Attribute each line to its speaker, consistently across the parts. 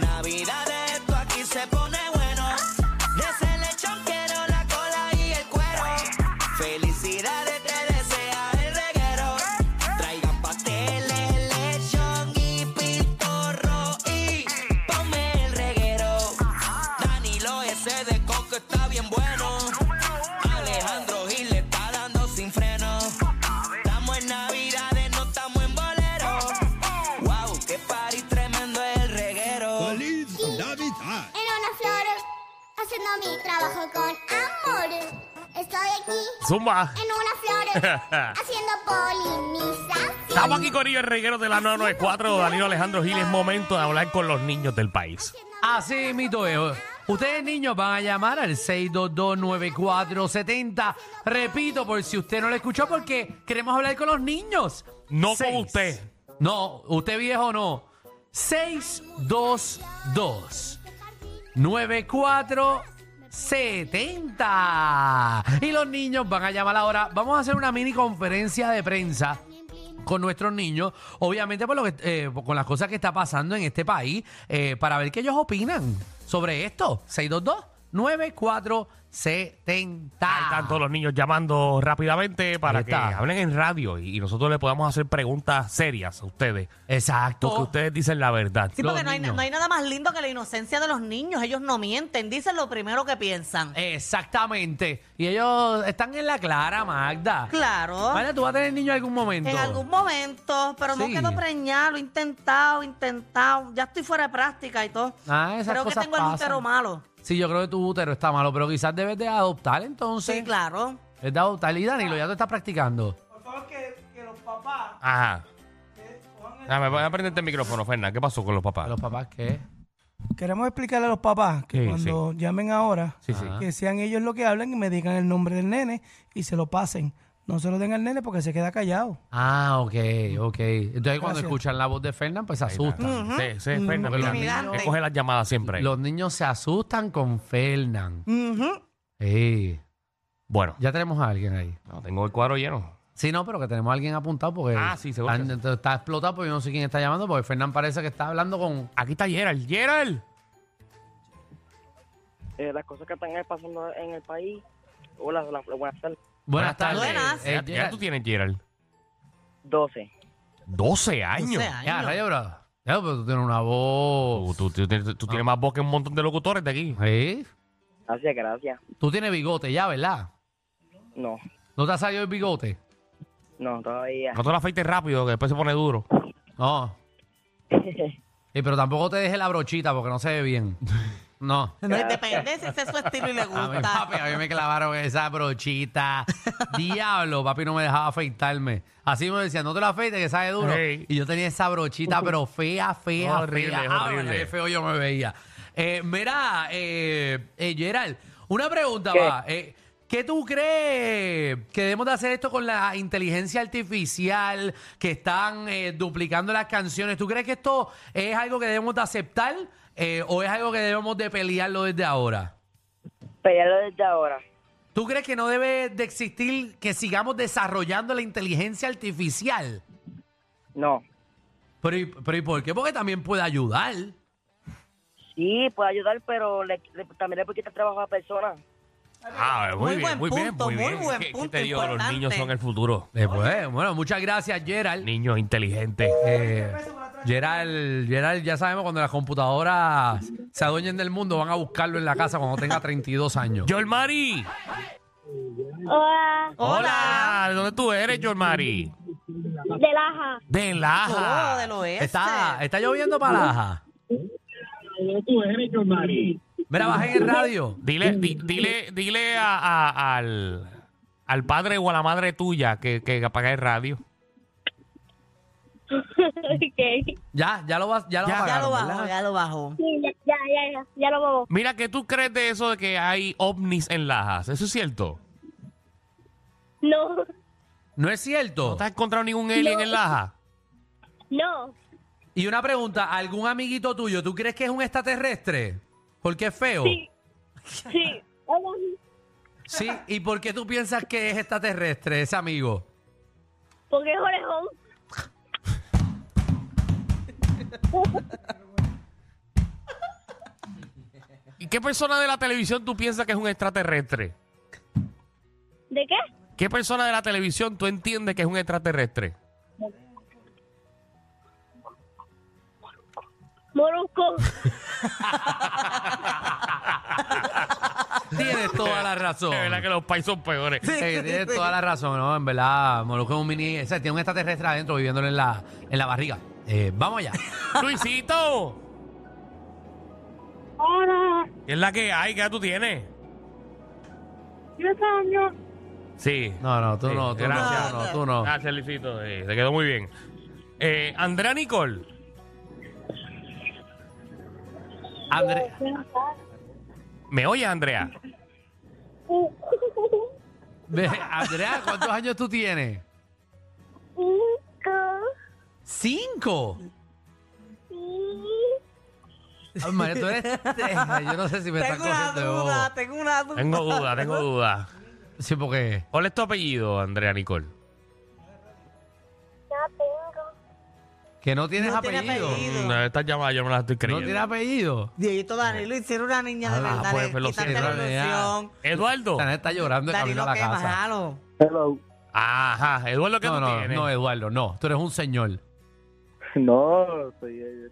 Speaker 1: Navidad esto aquí se pone bueno. De ese lechón quiero la cola y el cuero. Felicidades te desea el reguero. Traigan pasteles, lechón y pintorro y ponme el reguero. Danilo ese de coco está bien bueno. Alejandro Gil le está dando sin freno. Estamos en Navidades, no estamos en bolero. Wow, qué party tremendo el reguero.
Speaker 2: Feliz Navidad.
Speaker 3: en una flor, haciendo mi trabajo con amor. Estoy aquí
Speaker 4: Zumba.
Speaker 3: en una flor, haciendo polinización.
Speaker 4: Estamos aquí con ellos, el reguero de la 994, Danilo Alejandro Gil. Es momento de hablar con los niños del país.
Speaker 5: Así mito
Speaker 4: eh,
Speaker 5: es. Ustedes niños van a llamar al 6229470. Repito, por si usted no lo escuchó, porque queremos hablar con los niños.
Speaker 4: No con
Speaker 5: Seis.
Speaker 4: usted.
Speaker 5: No, usted viejo no. 622 9470. Y los niños van a llamar ahora. Vamos a hacer una mini conferencia de prensa con nuestros niños, obviamente por lo que, eh, con las cosas que está pasando en este país, eh, para ver qué ellos opinan sobre esto. 622 9470.
Speaker 4: Ahí están todos los niños llamando rápidamente para
Speaker 5: Ah. Ahí
Speaker 4: que
Speaker 5: está.
Speaker 4: hablen en radio y y nosotros le podamos hacer preguntas serias a ustedes. Porque
Speaker 5: Exacto.
Speaker 4: ustedes dicen la verdad.
Speaker 6: Sí, porque
Speaker 5: Los
Speaker 6: no hay,
Speaker 5: niños.
Speaker 6: no hay nada más lindo que la inocencia de los niños. Ellos no mienten, dicen lo primero que piensan.
Speaker 5: Eh, Exactamente. Y ellos están en la clara, Magda.
Speaker 6: Claro.
Speaker 5: Magda, tú vas a tener niños en algún momento.
Speaker 6: En algún momento, pero no
Speaker 5: Sí.
Speaker 6: quedo preñado, he intentado, intentado. Ya estoy fuera de práctica y todo.
Speaker 5: Ah, esas
Speaker 6: Creo que
Speaker 5: cosas
Speaker 6: tengo el útero
Speaker 5: pasan.
Speaker 6: malo.
Speaker 5: Sí, yo creo que tu útero está malo, pero quizás debes de adoptar entonces.
Speaker 6: Sí, claro.
Speaker 5: Es de adoptar. Y Danilo, ya tú estás practicando.
Speaker 4: Ajá. Ah, me voy a prenderte el micrófono, Fernan. ¿Qué pasó con los papás?
Speaker 5: ¿Los papás qué?
Speaker 7: Queremos explicarle a los papás que
Speaker 4: Sí,
Speaker 7: cuando llamen ahora,
Speaker 4: Sí, sí.
Speaker 7: que sean ellos los que hablen y me digan el nombre del nene y se lo pasen. No se lo den al nene porque se queda callado.
Speaker 5: Ah, ok, ok. Entonces cuando
Speaker 7: Gracias.
Speaker 5: escuchan la voz de Fernan, pues se asustan.
Speaker 4: Ah, Sí, sí, Fernan.
Speaker 5: Porque los
Speaker 4: mira,
Speaker 6: niños-
Speaker 4: él coge las llamadas siempre.
Speaker 5: Los niños se asustan con Fernan.
Speaker 6: Ujú.
Speaker 5: Sí.
Speaker 4: Bueno,
Speaker 5: Ya tenemos a alguien ahí.
Speaker 4: no, tengo el cuadro lleno.
Speaker 5: Sí, no, pero que tenemos a alguien apuntado porque
Speaker 4: Ah, sí, seguro
Speaker 5: están-
Speaker 4: que sí.
Speaker 5: entonces está explotado porque yo no sé quién está llamando porque Fernan parece que está hablando con...
Speaker 4: Aquí está Gerald. ¡Gerald!
Speaker 8: eh, las cosas que están ahí pasando en el país. Hola, hola, buenas tardes.
Speaker 5: Buenas, tardes.
Speaker 6: Buenas.
Speaker 5: Eh,
Speaker 4: Ya, ya tú tienes, Gerald.
Speaker 8: 12.
Speaker 4: 12 años.
Speaker 6: 12
Speaker 5: ya,
Speaker 6: años.
Speaker 5: rayo, bro. Ya, pero tú tienes una voz...
Speaker 4: Tú, tú- tú tienes- tú tienes más voz que un montón de locutores de aquí.
Speaker 5: Sí.
Speaker 8: Gracias, gracias.
Speaker 5: Tú tienes bigote ya, ¿verdad?
Speaker 8: No,
Speaker 5: ¿No te ha salido el bigote?
Speaker 8: no, todavía.
Speaker 4: No te lo afeites rápido, que después se pone duro.
Speaker 5: No. Sí, pero tampoco te deje la brochita porque no se ve bien. No.
Speaker 6: No, Depende si ese es su estilo y le
Speaker 5: A mí,
Speaker 6: gusta.
Speaker 5: papi, a mí me clavaron esa brochita. Diablo, papi no me dejaba afeitarme. Así me decían, no te la afeites que sale duro.
Speaker 4: Ey.
Speaker 5: Y yo tenía esa brochita, pero fea, fea,
Speaker 4: Horrible,
Speaker 5: fea. Ah,
Speaker 4: horrible.
Speaker 5: qué feo yo me veía. Eh, mira, eh, eh, Gerald, una pregunta
Speaker 8: ¿Qué?
Speaker 5: va. Eh, ¿Qué tú crees que debemos de hacer esto con la inteligencia artificial que están eh, duplicando las canciones? ¿Tú crees que esto es algo que debemos de aceptar eh, o es algo que debemos de pelearlo desde ahora?
Speaker 8: Pelearlo desde ahora.
Speaker 5: ¿Tú crees que no debe de existir que sigamos desarrollando la inteligencia artificial?
Speaker 8: No.
Speaker 5: Pero ¿y, pero ¿y por qué? Porque también puede ayudar.
Speaker 8: Sí, puede ayudar, pero le- le- también le puede quitar trabajo a personas.
Speaker 4: Ah, muy,
Speaker 6: Muy
Speaker 4: bien,
Speaker 6: buen
Speaker 4: muy bien,
Speaker 6: punto,
Speaker 4: muy
Speaker 6: muy
Speaker 4: bien.
Speaker 6: buen
Speaker 4: ¿Qué- qué
Speaker 6: punto,
Speaker 4: te digo? Los
Speaker 6: importante.
Speaker 4: niños son el futuro.
Speaker 5: Eh, pues, bueno, muchas gracias, Gerald.
Speaker 4: Niños inteligentes.
Speaker 5: Eh, Gerald, Gerald, ya sabemos cuando las computadoras se adueñen del mundo van a buscarlo en la casa cuando tenga 32 años.
Speaker 4: Mari.
Speaker 3: Hola,
Speaker 4: Hola. ¿De dónde tú eres, Mari?
Speaker 3: de Laja.
Speaker 4: De
Speaker 6: Oh,
Speaker 4: Laja.
Speaker 6: del oeste.
Speaker 5: está, está lloviendo palaja. Mira, bajen el radio.
Speaker 4: Dile, di- dile, dile a- a- al, al padre o a la madre tuya que, que apague el radio.
Speaker 3: ok.
Speaker 5: Ya, ya lo vas, ya lo
Speaker 4: Ya,
Speaker 6: Ya lo
Speaker 5: apagaron,
Speaker 6: bajo,
Speaker 5: ¿verdad?
Speaker 6: ya lo bajo.
Speaker 3: Sí, ya, ya, ya, ya, ya lo bobo.
Speaker 4: Mira, ¿qué tú crees de eso de que hay ovnis en Lajas? ¿Eso es cierto?
Speaker 3: No,
Speaker 5: No es cierto.
Speaker 4: ¿No te has encontrado ningún alien en Lajas?
Speaker 3: no.
Speaker 5: Y una pregunta, ¿algún amiguito tuyo, tú crees que es un extraterrestre? Porque es feo.
Speaker 3: Sí. Sí. Hola.
Speaker 5: Sí, ¿Y por qué tú piensas que es extraterrestre ese amigo?
Speaker 3: Porque es orejón.
Speaker 4: ¿Y qué persona de la televisión tú piensas que es un extraterrestre?
Speaker 3: ¿De qué?
Speaker 4: ¿Qué persona de la televisión tú entiendes que es un extraterrestre?
Speaker 3: Molusco.
Speaker 5: Tienes toda la razón.
Speaker 4: Es verdad que los países son peores.
Speaker 5: Sí, tienes Eh, toda la razón, ¿no? En verdad, Molusco es un mini... O sea, tiene un extraterrestre adentro viviéndole en la, en la barriga. Eh, vamos allá.
Speaker 4: Luisito,
Speaker 3: Hola.
Speaker 4: ¿qué es la que hay? ¿Qué edad tú tienes?
Speaker 3: Diez años.
Speaker 4: Sí.
Speaker 5: No, no, tú
Speaker 4: Sí,
Speaker 5: no, tú
Speaker 4: gracias.
Speaker 5: no, no, tú no.
Speaker 4: Gracias, Luisito. eh, te quedó muy bien. Eh, Andrea Nicole.
Speaker 5: André-
Speaker 4: ¿Me oyes, Andrea?
Speaker 3: Uh,
Speaker 5: Ve, Andrea, ¿cuántos años tú tienes?
Speaker 3: uh, Cinco.
Speaker 5: ¿Cinco?
Speaker 3: Sí.
Speaker 5: Ay, Ah, María, tú eres... Yo no sé si me estás
Speaker 6: Tengo una
Speaker 5: cogiendo de bobo.
Speaker 6: duda, tengo una duda.
Speaker 4: Tengo duda, tengo duda.
Speaker 5: Sí, porque...
Speaker 4: ¿Cuál es tu apellido, Andrea Nicole?
Speaker 3: No tengo.
Speaker 5: Que no tienes
Speaker 6: No tiene
Speaker 5: apellido.
Speaker 6: apellido.
Speaker 4: Mm, estas llamadas yo me las estoy
Speaker 5: No
Speaker 4: creyendo.
Speaker 5: tiene apellido.
Speaker 6: Dieguito Danilo hicieron una niña de
Speaker 5: Ah,
Speaker 6: verdad.
Speaker 4: pues,
Speaker 6: le
Speaker 4: pues, lo
Speaker 6: quitaste
Speaker 5: siento,
Speaker 6: la
Speaker 5: Lea.
Speaker 6: ilusión.
Speaker 4: Eduardo.
Speaker 5: Tana está llorando de camino
Speaker 6: Danilo,
Speaker 5: a la
Speaker 6: qué
Speaker 5: casa.
Speaker 6: malo.
Speaker 8: Hello.
Speaker 4: Ajá, Eduardo, ¿qué
Speaker 5: No,
Speaker 4: tú
Speaker 5: no,
Speaker 4: tienes?
Speaker 5: no, Eduardo, no. Tú eres un señor.
Speaker 8: No, soy eh,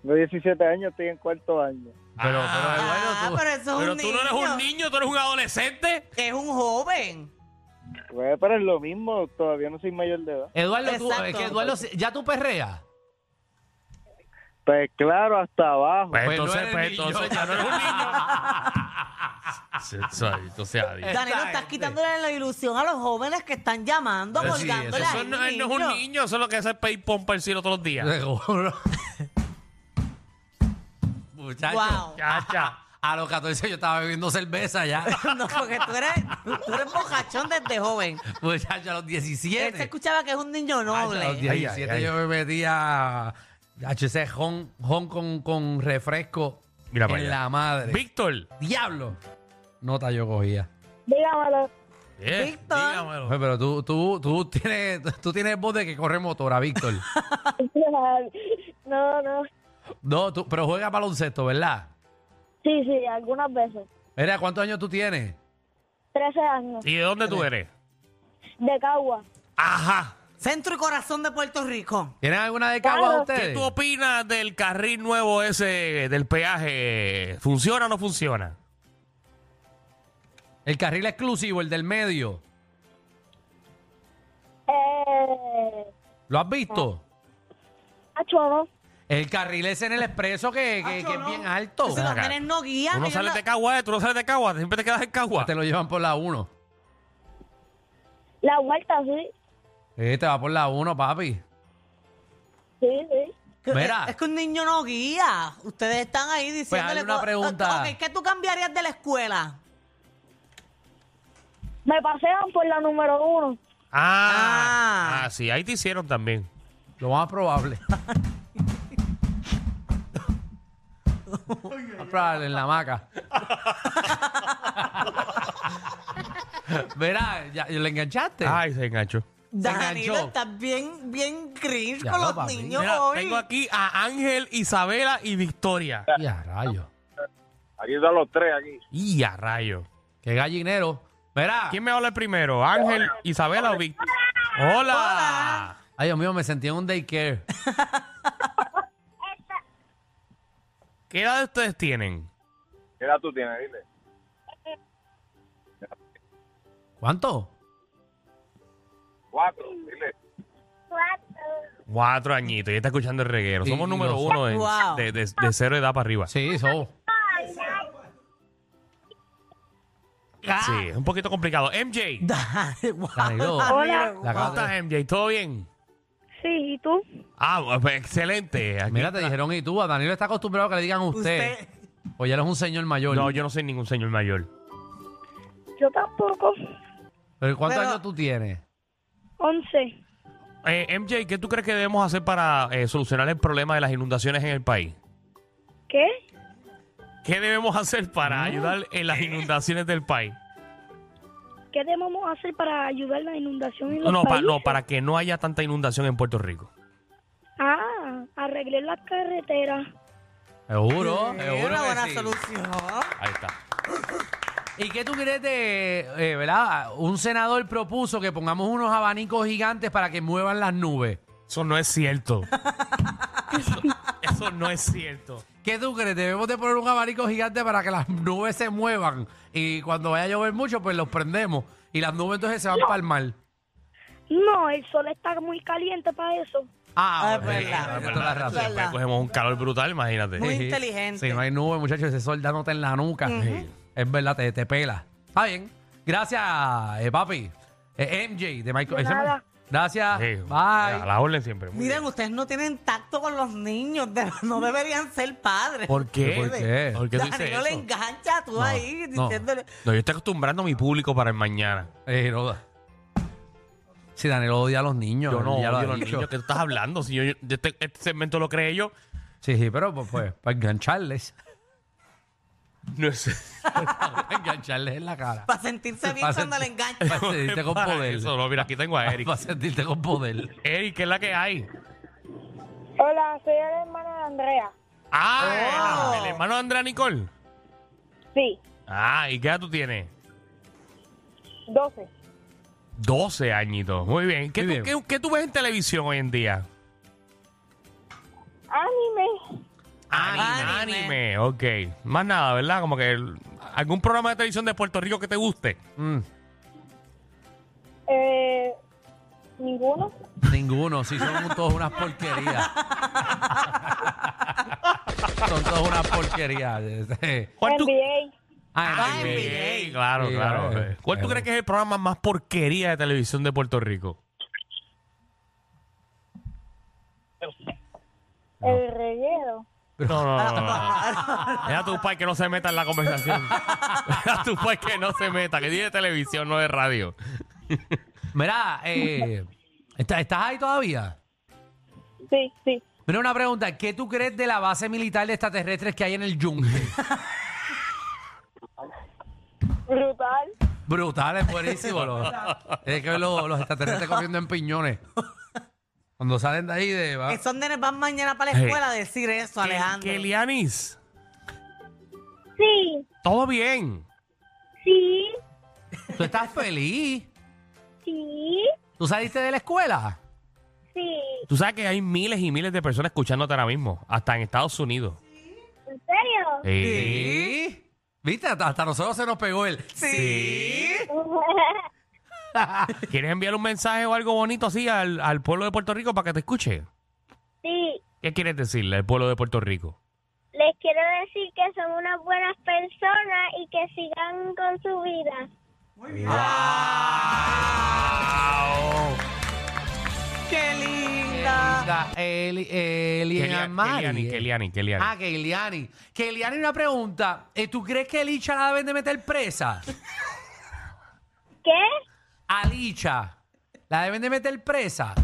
Speaker 8: Tengo 17 años, estoy en cuarto año.
Speaker 5: Pero,
Speaker 4: Ah,
Speaker 6: Ah,
Speaker 5: pero Eduardo, tú-
Speaker 6: pero eso es
Speaker 4: Pero
Speaker 6: un
Speaker 4: tú no eres un niño, tú eres un adolescente.
Speaker 6: Es un joven.
Speaker 8: Pues, pero es lo mismo, todavía no soy mayor de edad.
Speaker 5: Eduardo, tú-
Speaker 6: Exacto.
Speaker 5: es que Eduardo, si- ya tú perreas.
Speaker 8: Pues claro, hasta abajo.
Speaker 4: Pues,
Speaker 5: Pues no
Speaker 4: entonces,
Speaker 5: eres
Speaker 4: pues,
Speaker 5: niño.
Speaker 4: entonces ya no eres un niño. Sí, soy- Entonces, adiós.
Speaker 5: Esta
Speaker 6: Danilo, estás
Speaker 5: gente.
Speaker 6: quitándole la ilusión a los jóvenes que están llamando,
Speaker 5: Pero sí, eso
Speaker 6: colgándole
Speaker 4: Eso
Speaker 6: ahí,
Speaker 4: no, él no es un niño, eso es lo que hace Pay Pompa el cielo todos los días.
Speaker 5: Seguro. Muchacho.
Speaker 6: Wow.
Speaker 4: Chacha.
Speaker 5: A los 14 yo estaba bebiendo cerveza ya.
Speaker 6: No, porque tú eres, tú eres bocachón desde joven.
Speaker 5: Muchacho, a los
Speaker 6: Él se
Speaker 5: 17.
Speaker 6: escuchaba que es un niño
Speaker 5: Muchacho, a los
Speaker 6: noble.
Speaker 4: Ay,
Speaker 5: 17
Speaker 4: ay, ay.
Speaker 5: yo me metía ese jon, jon con, con refresco
Speaker 4: Mira para
Speaker 5: en
Speaker 4: allá.
Speaker 5: la madre.
Speaker 4: Víctor.
Speaker 5: ¡Diablo! Nota yo cogía.
Speaker 3: Dígamelo.
Speaker 4: Eh,
Speaker 6: Víctor.
Speaker 4: dígamelo.
Speaker 5: Oye, Pero tú, tú, tú, tienes, tú tienes voz de que corre motora, Víctor.
Speaker 3: No, no.
Speaker 5: No, tú, pero juega baloncesto, ¿verdad?
Speaker 3: Sí, sí, algunas veces.
Speaker 5: Mira, ¿cuántos años tú tienes?
Speaker 3: 13 años.
Speaker 4: ¿Y de dónde tú eres?
Speaker 3: De Cagua.
Speaker 4: Ajá.
Speaker 6: Centro y corazón de Puerto Rico.
Speaker 5: ¿Tienen alguna de Caguas
Speaker 3: Claro.
Speaker 5: ustedes?
Speaker 4: ¿Qué tú opinas del carril nuevo ese del peaje? ¿Funciona o no funciona?
Speaker 5: El carril exclusivo, el del medio.
Speaker 3: Eh.
Speaker 5: ¿Lo has visto?
Speaker 4: Oh.
Speaker 3: Acho, ¿no?
Speaker 5: El carril ese en el expreso que, que- que es bien alto.
Speaker 6: Entonces los nenes no guían.
Speaker 4: Tú no
Speaker 6: ellos
Speaker 4: sales
Speaker 6: no-
Speaker 4: de Cagua, eh, tú no sales de Cagua, siempre te quedas en Cagua.
Speaker 5: Te lo llevan por la 1.
Speaker 3: La vuelta, sí.
Speaker 5: Eh, te va por la 1, papi.
Speaker 3: Sí, sí.
Speaker 6: Que-
Speaker 5: Mira. Pues,
Speaker 6: Es que un niño no guía. Ustedes están ahí diciéndole...
Speaker 5: hazle una
Speaker 6: co-
Speaker 5: pregunta.
Speaker 6: Ok, ¿qué tú cambiarías de la escuela?
Speaker 3: Me pasean por la número uno.
Speaker 4: Ah,
Speaker 6: Ah.
Speaker 4: ah, sí, ahí te hicieron también.
Speaker 5: Lo más probable. Lo más probable en la hamaca. Verá, ya, ¿le enganchaste?
Speaker 4: Ay, se enganchó.
Speaker 6: Danilo,
Speaker 5: enganchó.
Speaker 6: estás bien, bien cringe
Speaker 5: Ya
Speaker 6: con
Speaker 5: lo,
Speaker 6: los
Speaker 5: papi.
Speaker 6: niños
Speaker 4: Mira,
Speaker 6: hoy.
Speaker 4: tengo aquí a Ángel, Isabela y Victoria.
Speaker 5: Y a rayo.
Speaker 8: Aquí están los tres, aquí.
Speaker 4: Y a rayo.
Speaker 5: Qué gallinero. Verá.
Speaker 4: ¿Quién me habla primero? ¿Ángel, Isabela o Víctor? Hola.
Speaker 5: Ay, Dios mío, me sentí en un daycare.
Speaker 4: ¿Qué edad ustedes tienen?
Speaker 8: ¿Qué edad tú tienes? Dile.
Speaker 5: ¿Cuánto?
Speaker 8: Cuatro, dile.
Speaker 3: Cuatro.
Speaker 4: Cuatro añitos. Y está escuchando el reguero.
Speaker 5: Y-
Speaker 4: Somos
Speaker 5: y
Speaker 4: número
Speaker 5: los-
Speaker 4: uno en-
Speaker 6: Wow.
Speaker 4: de, de- de cero edad para arriba. Sí,
Speaker 5: Sí, so.
Speaker 4: Ah. es un poquito complicado. MJ.
Speaker 6: Da- wow,
Speaker 5: Danilo.
Speaker 6: Danilo,
Speaker 5: La
Speaker 4: ¿Cómo
Speaker 5: cagó.
Speaker 4: estás, MJ? ¿Todo bien?
Speaker 8: Sí, ¿y tú?
Speaker 4: Ah, pues, excelente. Aquí-
Speaker 5: Mira, te dijeron, y tú, a Danilo está acostumbrado a que le digan usted.
Speaker 6: Usted.
Speaker 5: O ya eres un señor mayor.
Speaker 4: No, yo no soy ningún señor mayor.
Speaker 8: Yo tampoco.
Speaker 5: Pero ¿cuántos
Speaker 6: Pero-
Speaker 5: años tú tienes?
Speaker 8: 11.
Speaker 4: Eh, MJ, ¿qué tú crees que debemos hacer para eh, solucionar el problema de las inundaciones en el país?
Speaker 8: ¿Qué?
Speaker 4: ¿Qué debemos hacer para ayudar en las inundaciones del país?
Speaker 8: ¿Qué debemos hacer para ayudar la inundación en los
Speaker 4: No, pa-
Speaker 8: países?
Speaker 4: no, para que no haya tanta inundación en Puerto Rico.
Speaker 8: Ah, arreglar las carreteras.
Speaker 5: Seguro, seguro.
Speaker 6: Una
Speaker 5: que
Speaker 6: buena
Speaker 5: sí.
Speaker 6: solución.
Speaker 4: Ahí está.
Speaker 5: ¿Y qué tú crees de, eh, verdad? Un senador propuso que pongamos unos abanicos gigantes para que muevan las nubes.
Speaker 4: Eso no es cierto. Eso, eso no es cierto.
Speaker 5: ¿Qué tú crees? Debemos de poner un abanico gigante para que las nubes se muevan y cuando vaya a llover mucho, pues los prendemos y las nubes entonces se van para el mar.
Speaker 8: No, el sol está muy caliente para eso.
Speaker 5: Ah,
Speaker 6: Ah, es verdad.
Speaker 5: tienes toda la razón.
Speaker 6: Es
Speaker 4: Después
Speaker 6: verdad.
Speaker 4: cogemos un calor brutal, imagínate.
Speaker 6: Muy
Speaker 5: Sí.
Speaker 6: inteligente.
Speaker 5: Si no hay nube, muchachos, ese sol dándote en la nuca. Sí. Es verdad, te, te pela. Está bien. Gracias, eh, papi. Eh, MJ de Michael. ¿ese es
Speaker 8: nada.
Speaker 5: Michael? Gracias.
Speaker 4: Sí, A
Speaker 5: Bye.
Speaker 4: la orden siempre. Muy
Speaker 6: Miren,
Speaker 4: bien.
Speaker 6: ustedes no tienen tacto con los niños, de- no deberían ser padres.
Speaker 4: ¿Por qué?
Speaker 5: ¿Por qué?
Speaker 4: ¿Por qué tú dices
Speaker 6: Danilo le
Speaker 4: eso?
Speaker 6: engancha tú ahí
Speaker 5: no.
Speaker 6: diciéndole.
Speaker 4: No, yo estoy acostumbrando a mi público para el mañana.
Speaker 5: Eh, no. Si Daniel odia a los niños.
Speaker 4: Yo no
Speaker 5: ya lo ha
Speaker 4: odio a los
Speaker 5: dicho.
Speaker 4: niños que tú estás hablando. Si yo, yo- este, este segmento lo creé yo,
Speaker 5: Sí, sí, pero pues, pues, para engancharles.
Speaker 4: no es.
Speaker 5: para engancharles en la cara.
Speaker 6: Para sentirse bien
Speaker 5: Para
Speaker 6: cuando le
Speaker 5: sentir-
Speaker 6: engancha.
Speaker 5: Para sentirte con
Speaker 4: Para
Speaker 5: poder.
Speaker 4: eso, no, mira, aquí tengo a Eric.
Speaker 5: Para sentirte con poder.
Speaker 4: Eric, ¿qué es la que hay?
Speaker 8: Hola, soy la hermana de Andrea.
Speaker 4: Ah,
Speaker 6: Oh.
Speaker 4: el, el hermano de Andrea Nicole.
Speaker 8: Sí,
Speaker 4: Ah, ¿y qué edad tú tienes?
Speaker 8: 12.
Speaker 4: 12 añitos. Muy bien. ¿Qué,
Speaker 5: Muy
Speaker 4: tú,
Speaker 5: bien.
Speaker 4: qué- qué tú ves en televisión hoy en día?
Speaker 8: Anime.
Speaker 6: Anime.
Speaker 4: Anime, ok. Más nada, ¿verdad? Como que el- algún programa de televisión de Puerto Rico que te guste.
Speaker 5: Mm,
Speaker 8: Eh, ninguno.
Speaker 5: ninguno. Sí, son todos unas porquerías. son todos unas porquerías. Este,
Speaker 4: ¿Cuál tú-
Speaker 8: NBA.
Speaker 5: ah,
Speaker 6: NBA.
Speaker 5: NBA.
Speaker 4: Sí, claro,
Speaker 5: Sí,
Speaker 4: claro.
Speaker 5: claro.
Speaker 4: Eh, ¿Cuál tú
Speaker 5: Claro.
Speaker 4: crees que es el programa más porquería de televisión de Puerto Rico?
Speaker 8: El reguero.
Speaker 4: No, no, no. no, no. Deja a tu pai que no se meta en la conversación. Deja a tu pai que no se meta, que tiene televisión, no de radio.
Speaker 5: Mira, eh, ¿está- ¿estás ahí todavía?
Speaker 8: Sí, sí.
Speaker 5: Mira, una pregunta. ¿Qué tú crees de la base militar de extraterrestres que hay en el yunque?
Speaker 8: Brutal.
Speaker 5: Brutal, es buenísimo. Los, tienes que ver los, los extraterrestres corriendo en piñones. Cuando salen de ahí, de, va-
Speaker 6: Esos nenes van mañana para la escuela a decir eso, Alejandro.
Speaker 4: Kelianis,
Speaker 8: Sí,
Speaker 4: todo bien.
Speaker 8: sí,
Speaker 5: tú estás feliz.
Speaker 8: sí,
Speaker 5: ¿Tú saliste de la escuela?
Speaker 8: sí.
Speaker 4: Tú sabes que hay miles y miles de personas escuchándote ahora mismo, hasta en Estados Unidos. Eh,
Speaker 8: ¿En serio?
Speaker 4: Sí.
Speaker 5: Sí. ¿Viste? Hasta, hasta nosotros se nos pegó el...
Speaker 6: Sí.
Speaker 4: ¿Quieres enviar un mensaje o algo bonito así al, al pueblo de Puerto Rico para que te escuche?
Speaker 8: Sí,
Speaker 4: ¿Qué quieres decirle al pueblo de Puerto Rico?
Speaker 8: les quiero decir que son unas buenas personas y que sigan con su vida.
Speaker 6: ¡Qué linda!
Speaker 5: Eli, Eli,
Speaker 4: Kelia- Keliani, Keliani, Keliani.
Speaker 5: Ah, Keiliani. Keiliani, una pregunta. Eh, ¿Tú crees que Licha la deben de meter presa?
Speaker 8: ¿Qué?
Speaker 5: A Licha. ¿La deben de meter presa?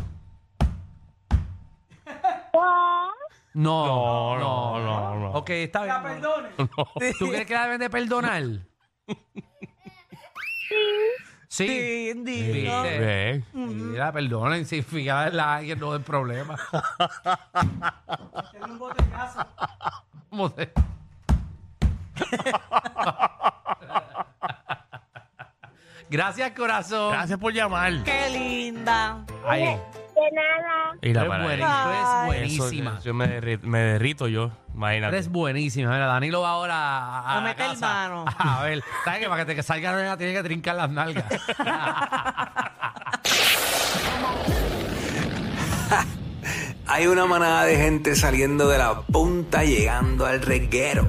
Speaker 8: No,
Speaker 5: No.
Speaker 4: No, no, no, no.
Speaker 5: Ok, está bien. ¿Tú crees que la deben de perdonar? Sí. Sí.
Speaker 6: Sí,
Speaker 4: Sí,
Speaker 6: lindo.
Speaker 4: ve.
Speaker 5: Sí, la perdonen, si fijarla a alguien no es problema. ¿Cómo se- Gracias, corazón.
Speaker 4: Gracias por llamar.
Speaker 6: ¡Qué linda!
Speaker 5: Ay,
Speaker 8: de nada.
Speaker 4: Y la
Speaker 5: tú eres,
Speaker 4: para-
Speaker 5: buenísima, tú eres
Speaker 6: Ay.
Speaker 5: buenísima.
Speaker 4: Eso, yo me, derri- me derrito yo, imagínate.
Speaker 5: Eres buenísima. Mira, Danilo va ahora a, a,
Speaker 6: A
Speaker 5: la
Speaker 6: meter
Speaker 5: casa.
Speaker 6: mano.
Speaker 5: A ver, ¿sabes que Para que te salga la nena tiene que trincar las nalgas.
Speaker 9: Hay una manada de gente saliendo de la punta llegando al reguero.